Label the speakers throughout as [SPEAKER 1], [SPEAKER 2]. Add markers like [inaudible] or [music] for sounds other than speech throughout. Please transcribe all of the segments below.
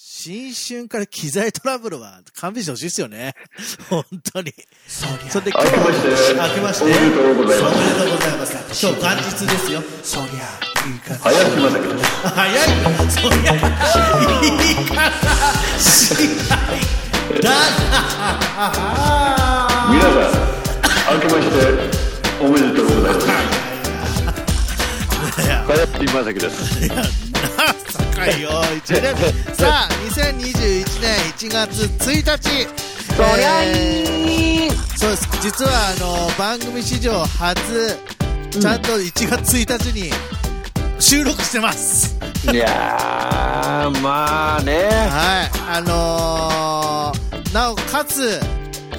[SPEAKER 1] 新春から機材トラブルは勘弁してほしいですよね。 [laughs] 本当に。
[SPEAKER 2] そり
[SPEAKER 1] それで今
[SPEAKER 3] 明
[SPEAKER 1] 日、
[SPEAKER 3] けまして
[SPEAKER 1] 明けまして、
[SPEAKER 3] おめでとうございます
[SPEAKER 1] おめでとうございます。今日元日ですよ。
[SPEAKER 2] ゃ、そりゃ、いいか
[SPEAKER 3] 早く来ましたけど。
[SPEAKER 1] 早いそりゃ、いいから、しない。だから、
[SPEAKER 3] 皆さん、明けまして、おめでとうございます。林正樹です。
[SPEAKER 1] 高いよ、一年。
[SPEAKER 3] [laughs]
[SPEAKER 1] さあ、2021年1月1日。そ
[SPEAKER 2] りゃい
[SPEAKER 1] い、そうです。実は、あの、番組史上初、ちゃんと1月1日に収録してます。
[SPEAKER 3] いやー、まあね。
[SPEAKER 1] はい、あのーなおかつ、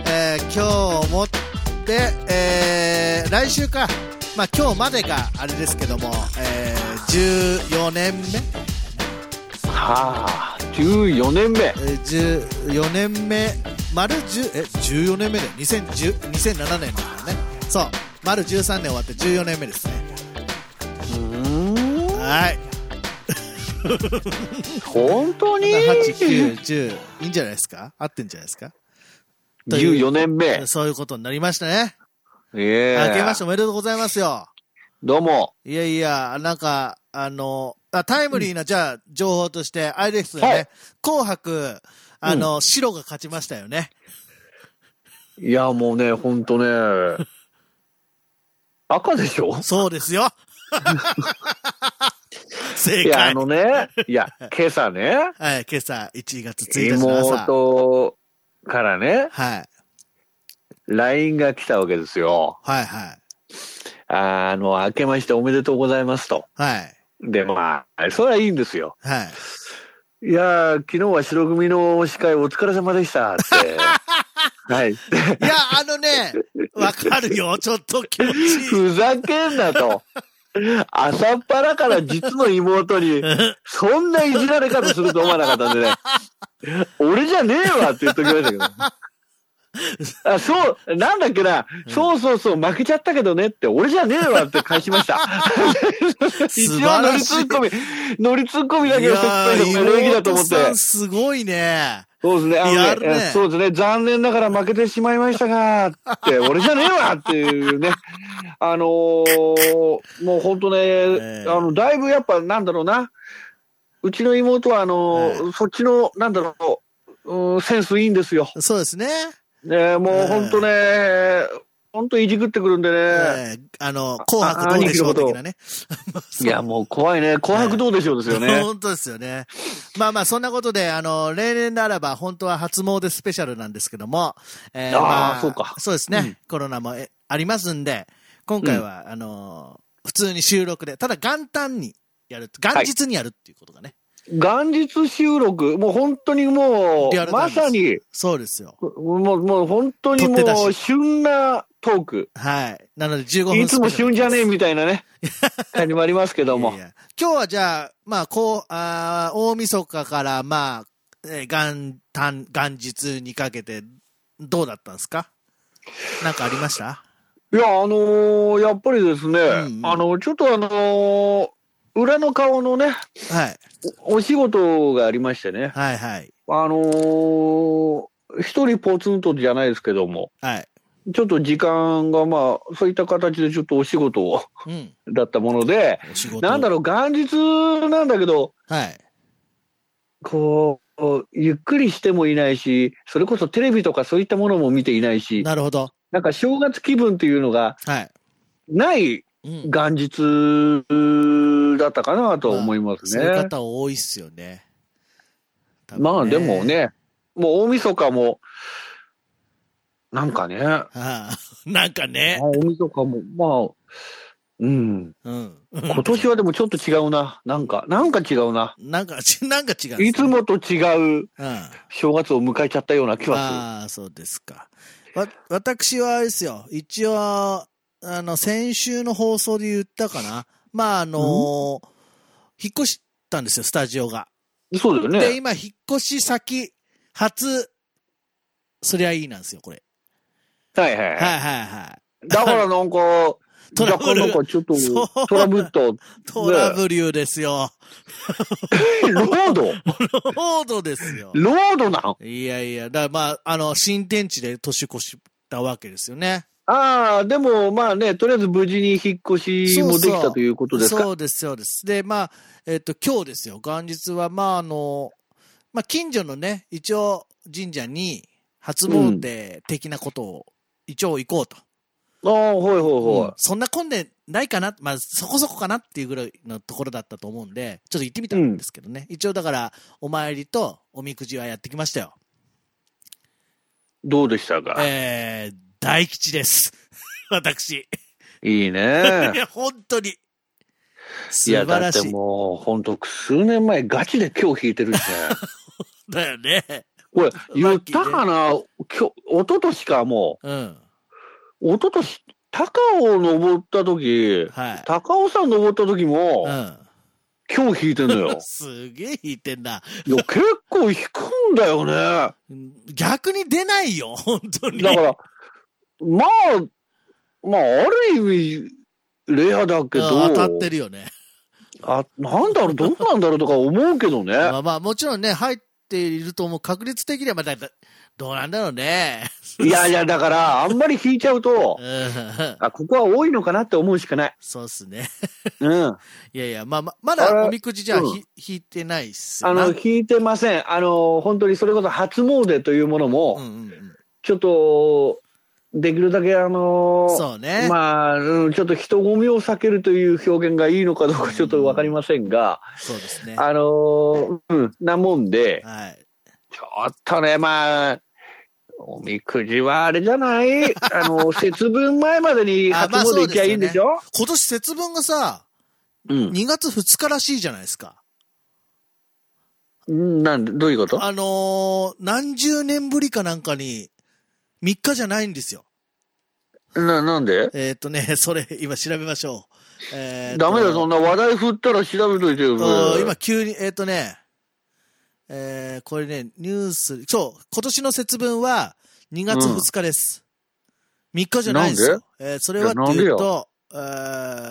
[SPEAKER 1] えー今日をもって、えー来週か、まあ、今日までがあれですけども、えー14年目、
[SPEAKER 3] はあ、14年目。
[SPEAKER 1] えー14年目、丸10、え、14年目だよ、2010 2007年だからね。そう、丸13年終わって14年目ですね。はい。
[SPEAKER 3] 本当に
[SPEAKER 1] 7、8、9、10、いいんじゃないですか合ってんじゃないですか
[SPEAKER 3] ?14 年目。
[SPEAKER 1] そういうことになりましたね。
[SPEAKER 3] ええ
[SPEAKER 1] 明けましておめでとうございますよ。
[SPEAKER 3] どうも。
[SPEAKER 1] いやいや、なんか、あの、あタイムリーな、じゃあ、情報として、あれですよね、
[SPEAKER 3] はい
[SPEAKER 1] 紅白、あの、白が勝ちましたよね。
[SPEAKER 3] いや、もうね、ほんとね。赤でしょ
[SPEAKER 1] そうです
[SPEAKER 3] [laughs]
[SPEAKER 1] よ。正
[SPEAKER 3] いや、
[SPEAKER 1] 解
[SPEAKER 3] あ。のね、いや、今朝ね、
[SPEAKER 1] はい、今朝、1月1日の朝。
[SPEAKER 3] 妹からね、
[SPEAKER 1] はい、
[SPEAKER 3] LINE が来たわけですよ。
[SPEAKER 1] はい、はい。
[SPEAKER 3] あの、明けましておめでとうございますと。
[SPEAKER 1] はい、
[SPEAKER 3] で、まあ、それはいいんですよ。
[SPEAKER 1] はい。
[SPEAKER 3] いやー、昨日は白組の司会お疲れ様でしたって。はい。
[SPEAKER 1] いや、あの
[SPEAKER 3] [laughs]
[SPEAKER 1] ね、わかるよ、ちょっと気持ちいい。
[SPEAKER 3] ふざけんなと。朝っぱらから実の妹に、そんないじられ方すると思わなかったんでね。俺じゃねえわって言っときましたけど。あそう、なんだっけな、そうそうそう、負けちゃったけどねって、俺じゃねえわって返しました。
[SPEAKER 1] [laughs]
[SPEAKER 3] 一
[SPEAKER 1] 素晴
[SPEAKER 3] 応乗
[SPEAKER 1] ら
[SPEAKER 3] り
[SPEAKER 1] しい
[SPEAKER 3] ツッコミ、乗りツッコミだけど、ちょっと礼儀だと思って。
[SPEAKER 1] 妹さんすごいね。
[SPEAKER 3] そうですね。あの
[SPEAKER 1] や
[SPEAKER 3] ね
[SPEAKER 1] るね
[SPEAKER 3] えそうですね。残念ながら負けてしまいましたが、って、 [laughs] 俺じゃねえわっていうね。あのーもう本当ね、
[SPEAKER 1] ええ
[SPEAKER 3] あの、だいぶやっぱなんだろうな。うちの妹は、あのー
[SPEAKER 1] え
[SPEAKER 3] そっちの、なんだろう、うんセンスいいんですよ。
[SPEAKER 1] そうですね。
[SPEAKER 3] ねえ、もう本当ね、本当いじくってくるんでね。
[SPEAKER 1] えーあの、紅白どうでしょう的なね。
[SPEAKER 3] いや、もう怖いね。紅白どうでしょうですよ
[SPEAKER 1] [laughs]
[SPEAKER 3] ね。
[SPEAKER 1] 本当ですよね。まあまあ、そんなことで、あの、例年ならば、本当は初詣スペシャルなんですけども、え
[SPEAKER 3] あー
[SPEAKER 1] ま
[SPEAKER 3] そうか
[SPEAKER 1] そうですね。コロナもえありますんで、今回は、あのー、普通に収録で、ただ元旦にやる、元日にやるっていうことがね。
[SPEAKER 3] 元日収録、もう本当にも
[SPEAKER 1] リアルタイム
[SPEAKER 3] う、ま
[SPEAKER 1] です
[SPEAKER 3] さに、
[SPEAKER 1] そうですよ。
[SPEAKER 3] もう、もう本当に
[SPEAKER 1] 取って
[SPEAKER 3] も
[SPEAKER 1] 出
[SPEAKER 3] う、旬なトーク。
[SPEAKER 1] はい。なので15分
[SPEAKER 3] いつも旬じゃねえ
[SPEAKER 1] み
[SPEAKER 3] みたいなね、感じもありますけ
[SPEAKER 1] た
[SPEAKER 3] ども。
[SPEAKER 1] 今日はじゃあ、まあ、こう、あー大晦日から、まあ、えー元旦、元日にかけて、どうだったんですかなんかありました
[SPEAKER 3] いや、あのーやっぱりですね、
[SPEAKER 1] うんうん
[SPEAKER 3] あの、ちょっとあのー裏の顔のね、
[SPEAKER 1] はい。
[SPEAKER 3] おお仕事がありましてね、
[SPEAKER 1] はいはい。
[SPEAKER 3] あのー一人ポツンとじゃないですけども、
[SPEAKER 1] はい。
[SPEAKER 3] ちょっと時間がまあ、そういった形でちょっとお仕事を、
[SPEAKER 1] うん。
[SPEAKER 3] だったもので、
[SPEAKER 1] お仕事。
[SPEAKER 3] なんだろう、元日なんだけど、
[SPEAKER 1] はい。
[SPEAKER 3] こう、ゆっくりしてもいないし、それこそテレビとかそういったものも見ていないし、
[SPEAKER 1] なるほど。
[SPEAKER 3] なんか正月気分っていうのが
[SPEAKER 1] はい。
[SPEAKER 3] ない
[SPEAKER 1] うん。
[SPEAKER 3] 元日だったかなとは思います
[SPEAKER 1] そういう
[SPEAKER 3] ね。
[SPEAKER 1] 方多いっすよね。多分
[SPEAKER 3] まあでも。ね、もう大晦日も、なんかね、ま
[SPEAKER 1] ああ、 [laughs] なんか
[SPEAKER 3] あ
[SPEAKER 1] ね。
[SPEAKER 3] 大晦日も、まあ、うん、
[SPEAKER 1] うん。
[SPEAKER 3] 今年はでもちょっと違うな。なんか、なんか違うな。
[SPEAKER 1] なんか、 [laughs] ちなんか違う。
[SPEAKER 3] いつ。もと違う
[SPEAKER 1] うん。あ
[SPEAKER 3] 正月を迎えちゃったような気はする。
[SPEAKER 1] あ、そうですか。わ、私はあれですよ。一応、あの、先週の放送で言ったかな。まあ、あのー引っ越したんですよ、スタジオが。
[SPEAKER 3] そうだよ
[SPEAKER 1] で、
[SPEAKER 3] ね。
[SPEAKER 1] 今、引っ越し先、初、そりゃいいなんですよ、これ。
[SPEAKER 3] はいはい。
[SPEAKER 1] はいはいはい。
[SPEAKER 3] だからなんか、
[SPEAKER 1] [laughs] トラブル
[SPEAKER 3] なかなかちょっと
[SPEAKER 1] そう
[SPEAKER 3] トラブった。
[SPEAKER 1] トラブリューですよ。
[SPEAKER 3] ロ
[SPEAKER 1] [laughs]
[SPEAKER 3] ード
[SPEAKER 1] ロードですよ。
[SPEAKER 3] ロードなんあ
[SPEAKER 1] いやいや、だからまあ、あの、新天地で年越したわけですよね。
[SPEAKER 3] あー、でもまあね、とりあえず無事に引っ越しもできたということですか。
[SPEAKER 1] そうです、そうです。で、まあ、えっ、と、今日ですよ。元日は、まあ、あの、まあ、近所のね、一応、神社に、初詣的なことを、一応行こうと。
[SPEAKER 3] ああ、ほ
[SPEAKER 1] う
[SPEAKER 3] いほい
[SPEAKER 1] ん
[SPEAKER 3] ほ
[SPEAKER 1] そんな混んでないかな、まあ、そこそこかなっていうぐらいのところだったと思うんで、ちょっと行ってみたんですけどね。一応、だから、お参りと、おみくじはやってきましたよ。
[SPEAKER 3] い。どうでしたか
[SPEAKER 1] えー、大吉です。 [laughs] 私。
[SPEAKER 3] いい
[SPEAKER 1] い
[SPEAKER 3] ね。
[SPEAKER 1] や、本当に。
[SPEAKER 3] い
[SPEAKER 1] [laughs] 素
[SPEAKER 3] や、
[SPEAKER 1] 晴
[SPEAKER 3] だ
[SPEAKER 1] ら
[SPEAKER 3] っ
[SPEAKER 1] してい。
[SPEAKER 3] もう、ほんと、数年前ガチで今日引い
[SPEAKER 1] [laughs]
[SPEAKER 3] てるしね。
[SPEAKER 1] だよね。
[SPEAKER 3] こ
[SPEAKER 1] [laughs] ラ
[SPEAKER 3] れ、言っ
[SPEAKER 1] ッキー
[SPEAKER 3] た
[SPEAKER 1] ね
[SPEAKER 3] かな今日、一昨年か、も
[SPEAKER 1] うん。
[SPEAKER 3] う。一昨年、高尾を登った時、
[SPEAKER 1] はい。
[SPEAKER 3] 高尾山登った時も、
[SPEAKER 1] う
[SPEAKER 3] 今日引いてんの
[SPEAKER 1] [laughs]
[SPEAKER 3] よ
[SPEAKER 1] ん。。すげえ引いてんな。
[SPEAKER 3] いや、結構引くんだよね。
[SPEAKER 1] 逆に出ないよ、 [laughs] 本当に。
[SPEAKER 3] だから、まあ、まあ、ある意味、レアだけど、
[SPEAKER 1] うん当たってるよね。
[SPEAKER 3] あ、なんだろう、どうなんだろうとか思うけどね。
[SPEAKER 1] まあまあ、もちろんね、入っていると思う確率的にはまた、どうなん [laughs] だろうね。
[SPEAKER 3] いやいや、だから、あんまり引いちゃうと
[SPEAKER 1] う、ん。 [laughs]
[SPEAKER 3] あ、ここは多いのかなって思うしかない。
[SPEAKER 1] そうっすね。
[SPEAKER 3] うん。
[SPEAKER 1] いやいや、まあまあ、ま
[SPEAKER 3] あれ
[SPEAKER 1] だおみくじじゃあ、
[SPEAKER 3] うん
[SPEAKER 1] ひ引いてないっすよ
[SPEAKER 3] あ
[SPEAKER 1] な
[SPEAKER 3] の、引いてません。あの、本当にそれこそ初詣というもの
[SPEAKER 1] う
[SPEAKER 3] も、
[SPEAKER 1] んうんうん。
[SPEAKER 3] ちょっと、できるだけあの、
[SPEAKER 1] そうね。
[SPEAKER 3] まあ、うんちょっと人混みを避けるという表現がいいのかどう
[SPEAKER 1] う
[SPEAKER 3] か
[SPEAKER 1] ん
[SPEAKER 3] ちょっとわかりませんが、
[SPEAKER 1] そうですね。
[SPEAKER 3] あの、うん、なもんで、
[SPEAKER 1] はい。
[SPEAKER 3] ちょっとね、まあ、おみくじはあれじゃない [laughs] あの、節分前までに
[SPEAKER 1] あ
[SPEAKER 3] 初
[SPEAKER 1] まあ
[SPEAKER 3] 詣行きゃいいんでしょ、
[SPEAKER 1] 今年節分がさ、2月2日らしいじゃないですか。
[SPEAKER 3] うん。なんで、どういうこと
[SPEAKER 1] あのー、何十年ぶりかなんかに、3日じゃないんですよ。
[SPEAKER 3] な、なんで
[SPEAKER 1] えーっ、とね、 [laughs] それ、今調べましょう。えーっと
[SPEAKER 3] ダメだよ、そんな話題振ったら調べといてよ。
[SPEAKER 1] うん今急に、えーっ、とね、えー、これね、ニュース、そう、今年の節分は2月2日です。3日じゃないんですよ。えーそれはっていうと、え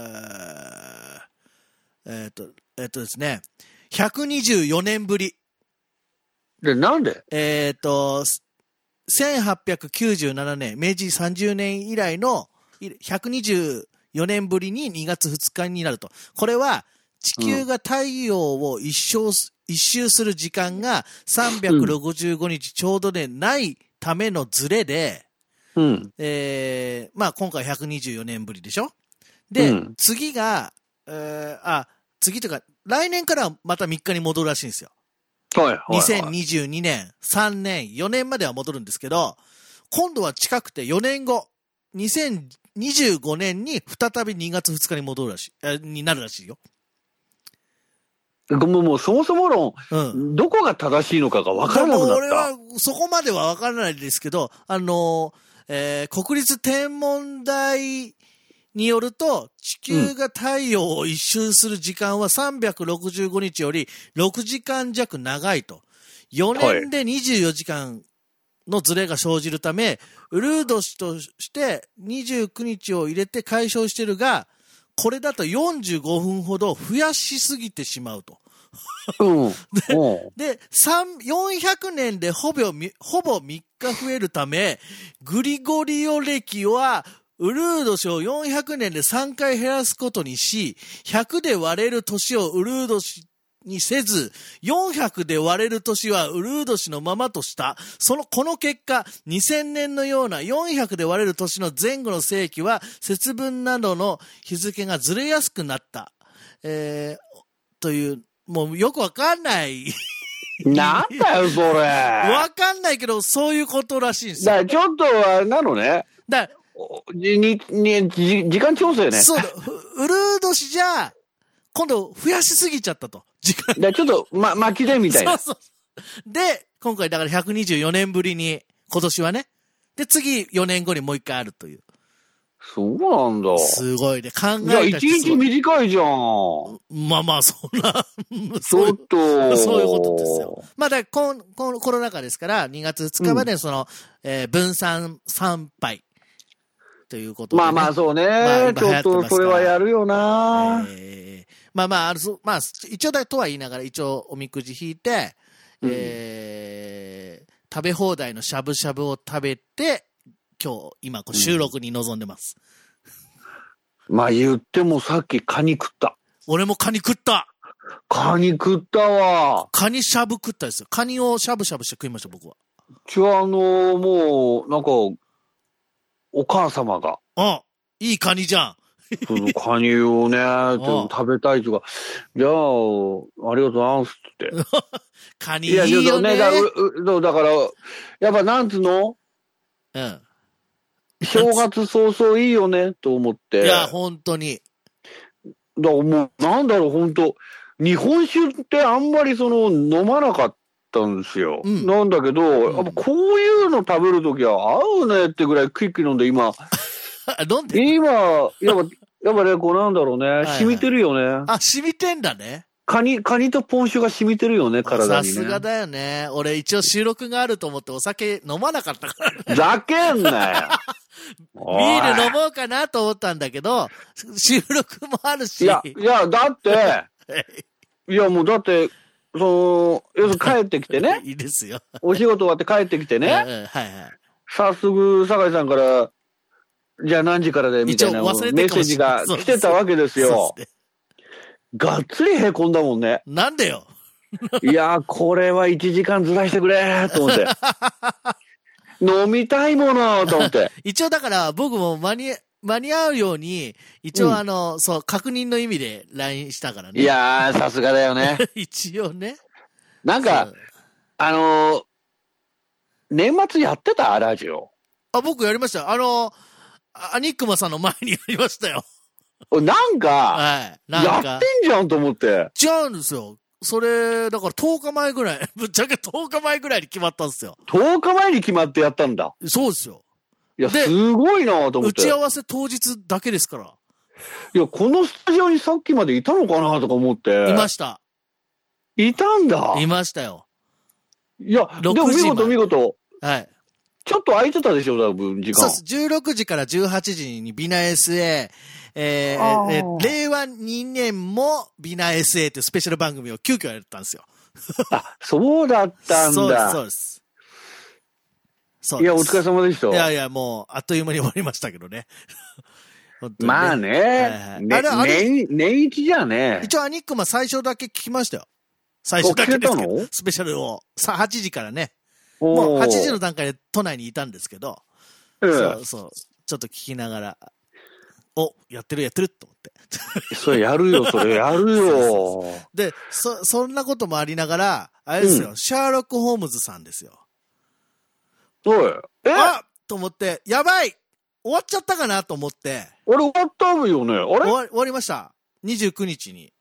[SPEAKER 1] ーえーっ、と、えーっ、とですね、124年ぶり。
[SPEAKER 3] で、なんで
[SPEAKER 1] えっ、と、す1897年、明治30年以来のい124年ぶりに2月2日になると。これは地球が太陽を一生す、一周する時間が365日ちょうどでないためのズレで、
[SPEAKER 3] うん。
[SPEAKER 1] えーまあ今回124年ぶりでしょで、
[SPEAKER 3] うん
[SPEAKER 1] 次が、えーあ、次というか、来年からはまた3日に戻るらしいんですよ。
[SPEAKER 3] はい、はい。はい
[SPEAKER 1] 2022年、3年、4年までは戻るんですけど、今度は近くて4年後、2025年に再び2月2日に戻るらしい、えになるらしいよ。
[SPEAKER 3] ごめんもう、そもそも論、
[SPEAKER 1] うん。
[SPEAKER 3] どこが正しいのかが分からなく
[SPEAKER 1] でも
[SPEAKER 3] な
[SPEAKER 1] 俺
[SPEAKER 3] った。
[SPEAKER 1] はそこまではわからないですけど、あのーえー国立天文台によると、地球が太陽を一周する時間は365日より6時間弱長いと。4年で24時間のズレが生じるため、ウルード氏として29日を入れて解消してるが、これだと45分ほど増やしすぎてしまうと。
[SPEAKER 3] うん。
[SPEAKER 1] [laughs]
[SPEAKER 3] うん
[SPEAKER 1] で、三400年でほぼみ、ほぼ3日増えるため、グリゴリオ歴は、ウルード氏を400年で3回減らすことにし、100で割れる年をウルード氏にせず、400で割れる年はウルード氏のままとした。その、この結果、2000年のような400で割れる年の前後の世紀は、節分などの日付がずれやすくなった。えー、という、もうよくわかんない。
[SPEAKER 3] なんだよ、それ。
[SPEAKER 1] わかんないけど、そういうことらしいんです
[SPEAKER 3] だ
[SPEAKER 1] よ。
[SPEAKER 3] からちょっとは、なのね。
[SPEAKER 1] だか
[SPEAKER 3] おじににじ時間調整ね。
[SPEAKER 1] ら、そうだ、ふウルード氏じゃ、今度増やしすぎちゃったと。時間。
[SPEAKER 3] だからちょっと、ま、巻きでみたいな。
[SPEAKER 1] そうそう。で、今回だから124年ぶりに、今年はね。で、次4年後にもう一回あるという。
[SPEAKER 3] そうなんだ。
[SPEAKER 1] すごいね。考
[SPEAKER 3] じゃあ、
[SPEAKER 1] え
[SPEAKER 3] 一
[SPEAKER 1] た人すご
[SPEAKER 3] 日
[SPEAKER 1] い
[SPEAKER 3] 短いじゃん。ちょ
[SPEAKER 1] まあまあ、そんな、 [laughs] そう
[SPEAKER 3] っと。
[SPEAKER 1] そういうことですよ。まあ、だからこんこのコロナ禍ですから、2月2日までその、えー分散参拝ということで、
[SPEAKER 3] まあまあ、そうね。
[SPEAKER 1] まあ
[SPEAKER 3] ちょっと、それはやるよな。
[SPEAKER 1] えーまあまあ、あのそうまあ、一応だとは言いながら、一応おみくじ引いて、
[SPEAKER 3] うん
[SPEAKER 1] えー食べ放題のしゃぶしゃぶを食べて、今日、今、こう収録に臨んでます。
[SPEAKER 3] まあ言ってもさっきカニ食った。
[SPEAKER 1] 俺もカニ食った
[SPEAKER 3] カニ食ったわ。
[SPEAKER 1] カニしゃぶ食ったですよ。カニをしゃぶしゃぶして食いました、僕は。
[SPEAKER 3] ちは、あの、もう、なんか、お母様が、
[SPEAKER 1] あいいカニじゃん。
[SPEAKER 3] そのカニ
[SPEAKER 1] [laughs]
[SPEAKER 3] をね、で
[SPEAKER 1] うん
[SPEAKER 3] も食べたいとか、じゃあ、ありがとうございますって言っ
[SPEAKER 1] カ
[SPEAKER 3] て。
[SPEAKER 1] ニいいよね。
[SPEAKER 3] だううだから、やっぱなんつうの
[SPEAKER 1] うん。
[SPEAKER 3] 正月早々いいよね、と思って。
[SPEAKER 1] いや、本当に。
[SPEAKER 3] だからもう、なんだろう、本当日本酒ってあんまりその、飲まなかったんですよ。
[SPEAKER 1] うん
[SPEAKER 3] なんだけど、
[SPEAKER 1] ん
[SPEAKER 3] やっぱこういうの食べるときは合うねってぐらいクイック飲んで、今、
[SPEAKER 1] あ飲んで。
[SPEAKER 3] 今、やっぱ、 [laughs] やっぱね、こうなんだろうね、
[SPEAKER 1] いはい
[SPEAKER 3] 染みてるよね。
[SPEAKER 1] あ、染みてんだね。
[SPEAKER 3] カニ、カニとポン酒が染みてるよね、体
[SPEAKER 1] さ
[SPEAKER 3] に
[SPEAKER 1] す
[SPEAKER 3] ね
[SPEAKER 1] が。だよね。俺一応収録があると思ってお酒飲まなかったから、。
[SPEAKER 3] ふざけんなよ
[SPEAKER 1] ビール飲もうかなと思ったんだけど、収録もある
[SPEAKER 3] おい
[SPEAKER 1] し。
[SPEAKER 3] いや、いや、だって、いやもうだって、その、要するに帰ってきてね、
[SPEAKER 1] いいですよ。
[SPEAKER 3] お仕事終わって帰ってきて
[SPEAKER 1] うん
[SPEAKER 3] ね、
[SPEAKER 1] うんはいはい。
[SPEAKER 3] 早速、酒井さんから、じゃあ何時からで、みたいな
[SPEAKER 1] 一応忘れて
[SPEAKER 3] メ
[SPEAKER 1] る
[SPEAKER 3] ッ
[SPEAKER 1] か
[SPEAKER 3] セ
[SPEAKER 1] も
[SPEAKER 3] ー
[SPEAKER 1] し
[SPEAKER 3] ジ
[SPEAKER 1] れない
[SPEAKER 3] が来てたわけですよ
[SPEAKER 1] そう。です。
[SPEAKER 3] がっつりへこんだもんね
[SPEAKER 1] ね。なんでよ。
[SPEAKER 3] いやー、これは1時間ずらしてくれ、と思
[SPEAKER 1] [laughs]
[SPEAKER 3] って。飲みたいもの、と思
[SPEAKER 1] [laughs]
[SPEAKER 3] って。
[SPEAKER 1] 一応だから僕も間に、間に合うように、一
[SPEAKER 3] うん
[SPEAKER 1] 応あの、そう、確認の意味で LINE したからね。
[SPEAKER 3] い。やー、さすがだよね。
[SPEAKER 1] [laughs] 一応ね。
[SPEAKER 3] なん
[SPEAKER 1] そ
[SPEAKER 3] か
[SPEAKER 1] う、
[SPEAKER 3] あのー年末やってたラジオ。
[SPEAKER 1] あ、僕やりました。あの、あアニックマさんの前にやりましたよ。
[SPEAKER 3] なんか、
[SPEAKER 1] はい。な
[SPEAKER 3] や
[SPEAKER 1] ん
[SPEAKER 3] っ
[SPEAKER 1] か。
[SPEAKER 3] てんじゃんと思って。
[SPEAKER 1] 違うんですよ。それ、だから10日前ぐらい、 [laughs] ぶっちゃけ10日前ぐらいに決まったんですよ。
[SPEAKER 3] 10日前に決まってやったんだ。
[SPEAKER 1] そうですよ。
[SPEAKER 3] いや、
[SPEAKER 1] です
[SPEAKER 3] ごいなと思っ
[SPEAKER 1] 打
[SPEAKER 3] て。
[SPEAKER 1] ち合わせ当日だけですか
[SPEAKER 3] いや、このスタジオにさっきまでいたのかなとか思って。
[SPEAKER 1] ら。いました。
[SPEAKER 3] いたんだ。
[SPEAKER 1] いましたよ。
[SPEAKER 3] いや、
[SPEAKER 1] 6
[SPEAKER 3] でも見
[SPEAKER 1] 時まで
[SPEAKER 3] 事見事。
[SPEAKER 1] はい。
[SPEAKER 3] ちょっと空いてたでしょ、多分、時
[SPEAKER 1] そう
[SPEAKER 3] 間
[SPEAKER 1] で。す。16時から18時にビナ SA、え
[SPEAKER 3] あ
[SPEAKER 1] ー、
[SPEAKER 3] ー
[SPEAKER 1] えー令和2年もビナ SA っていうスペシャル番組を急遽やったんですよ。
[SPEAKER 3] あ、そうだったん
[SPEAKER 1] そうです、そ
[SPEAKER 3] だ。
[SPEAKER 1] うです。そう
[SPEAKER 3] い
[SPEAKER 1] です
[SPEAKER 3] や、お疲れ様でした
[SPEAKER 1] い。やいや、もう、あっという間に終わりましたけどね。 [laughs] 本当にね
[SPEAKER 3] まあ
[SPEAKER 1] は
[SPEAKER 3] ね
[SPEAKER 1] い、
[SPEAKER 3] ね
[SPEAKER 1] あれあれ
[SPEAKER 3] 年、年一じゃね。
[SPEAKER 1] 一応、アニックマ最初だけ聞きましたよ。最初だけですけ
[SPEAKER 3] あ聞けた
[SPEAKER 1] ど
[SPEAKER 3] の、
[SPEAKER 1] スペシャルを。さ、8時からね。も
[SPEAKER 3] も
[SPEAKER 1] う8時の段階で都内にいたんですけど、そ
[SPEAKER 3] そう
[SPEAKER 1] そう。ちょっと聞きながら、お、やってるやってると思って。
[SPEAKER 3] れやる
[SPEAKER 1] [laughs]
[SPEAKER 3] よ、それやる
[SPEAKER 1] そ
[SPEAKER 3] よ。
[SPEAKER 1] で、そ、そんなこともありながら、あれですよ、シャーロック・ホームズさんですよ。
[SPEAKER 3] おい。え
[SPEAKER 1] あと思って、やばい終わっちゃったかなと思って、
[SPEAKER 3] 俺終わったよね。あ
[SPEAKER 1] 終
[SPEAKER 3] れ
[SPEAKER 1] わ終わりました。29日に。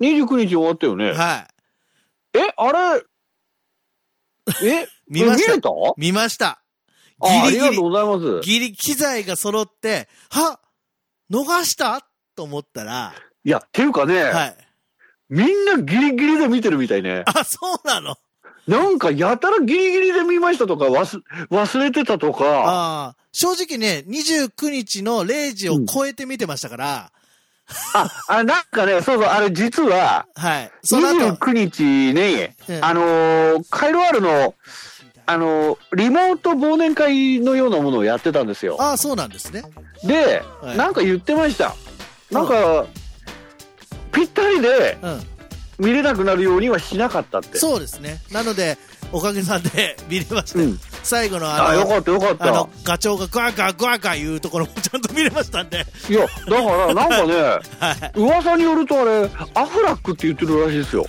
[SPEAKER 3] ?29 日終わったよね。
[SPEAKER 1] はい。
[SPEAKER 3] えあれえ
[SPEAKER 1] [laughs] 見ました
[SPEAKER 3] えれた
[SPEAKER 1] 見ました。
[SPEAKER 3] ああ
[SPEAKER 1] ギリギ
[SPEAKER 3] りが
[SPEAKER 1] リ
[SPEAKER 3] と、うございます。
[SPEAKER 1] ギリ機材が揃って、は逃したと思ったら、
[SPEAKER 3] いや、っていうかね、
[SPEAKER 1] はい。
[SPEAKER 3] みんなギリギリで見てるみたいね。
[SPEAKER 1] あ、そうなの
[SPEAKER 3] なんかやたらギリギリで見ましたとか、忘忘れてたとか、
[SPEAKER 1] ああー正直ね、29日の0時を超えて見てましたから、
[SPEAKER 3] あ、あなんかね、そうそう、あれ実は、
[SPEAKER 1] はい。その後、
[SPEAKER 3] 29日ね、
[SPEAKER 1] うん
[SPEAKER 3] あのーカイロアールの、あのーリモート忘年会のようなものをやってたんですよ。
[SPEAKER 1] ああ、そうなんですね。
[SPEAKER 3] で、
[SPEAKER 1] はい
[SPEAKER 3] なんか言ってました。なんか、ぴったりで
[SPEAKER 1] うん。
[SPEAKER 3] 見れなくなるようにはしなかったって。
[SPEAKER 1] そうですね。なので、おかげさんで [laughs] 見れました
[SPEAKER 3] う
[SPEAKER 1] よ。
[SPEAKER 3] ん。
[SPEAKER 1] 最後の
[SPEAKER 3] あ、
[SPEAKER 1] あ
[SPEAKER 3] よ
[SPEAKER 1] の、
[SPEAKER 3] かったよかっ
[SPEAKER 1] あ
[SPEAKER 3] た
[SPEAKER 1] の。、ガチョウがガーガーガーガー言うところもちゃんと見れましたんで、
[SPEAKER 3] いや、だからなんかね、噂によるとあれ、アフラックって言ってるらしいですよ。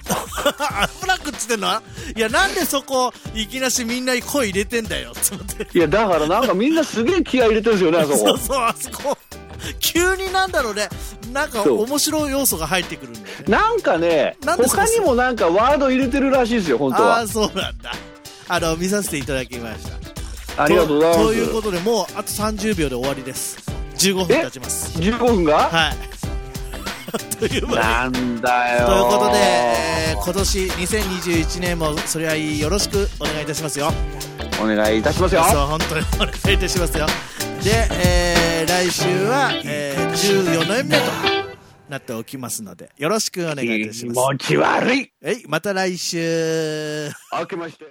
[SPEAKER 1] あ、フラックっつってんのいや、なんでそこ、いきなしみんなに声入れてんだよ、つって。
[SPEAKER 3] いや、だからなんかみんなすげえ気合い入れてるんですよね、あそ
[SPEAKER 1] そう
[SPEAKER 3] こ。
[SPEAKER 1] そう、あそこ。急になんだろうね。なんか
[SPEAKER 3] そう
[SPEAKER 1] 面白い要素が入ってくるんだよね。
[SPEAKER 3] なんかね、
[SPEAKER 1] なんでそこ
[SPEAKER 3] 他にもなんかワード入れてるらしいですよ、本当
[SPEAKER 1] ああー、
[SPEAKER 3] は。
[SPEAKER 1] そうなんだ。あの、見させていただきました。
[SPEAKER 3] ありがとうございます。
[SPEAKER 1] ということで、もうあと30秒で終わりです。15分経ちます。
[SPEAKER 3] 15分が
[SPEAKER 1] はい。 [laughs] という間に
[SPEAKER 3] なんだよ
[SPEAKER 1] と
[SPEAKER 3] ー。
[SPEAKER 1] いうことで、えー今年2021年もそれはいいよろしくお願いいたしますよ
[SPEAKER 3] お願いいたしますよ。
[SPEAKER 1] そう本当にお願いいたしますよで、えー来週は、えー14年目となっておきますのでよろしくお願いいたし
[SPEAKER 3] 気
[SPEAKER 1] ます
[SPEAKER 3] 持ち悪い。
[SPEAKER 1] えいまた来週
[SPEAKER 3] 明けまして。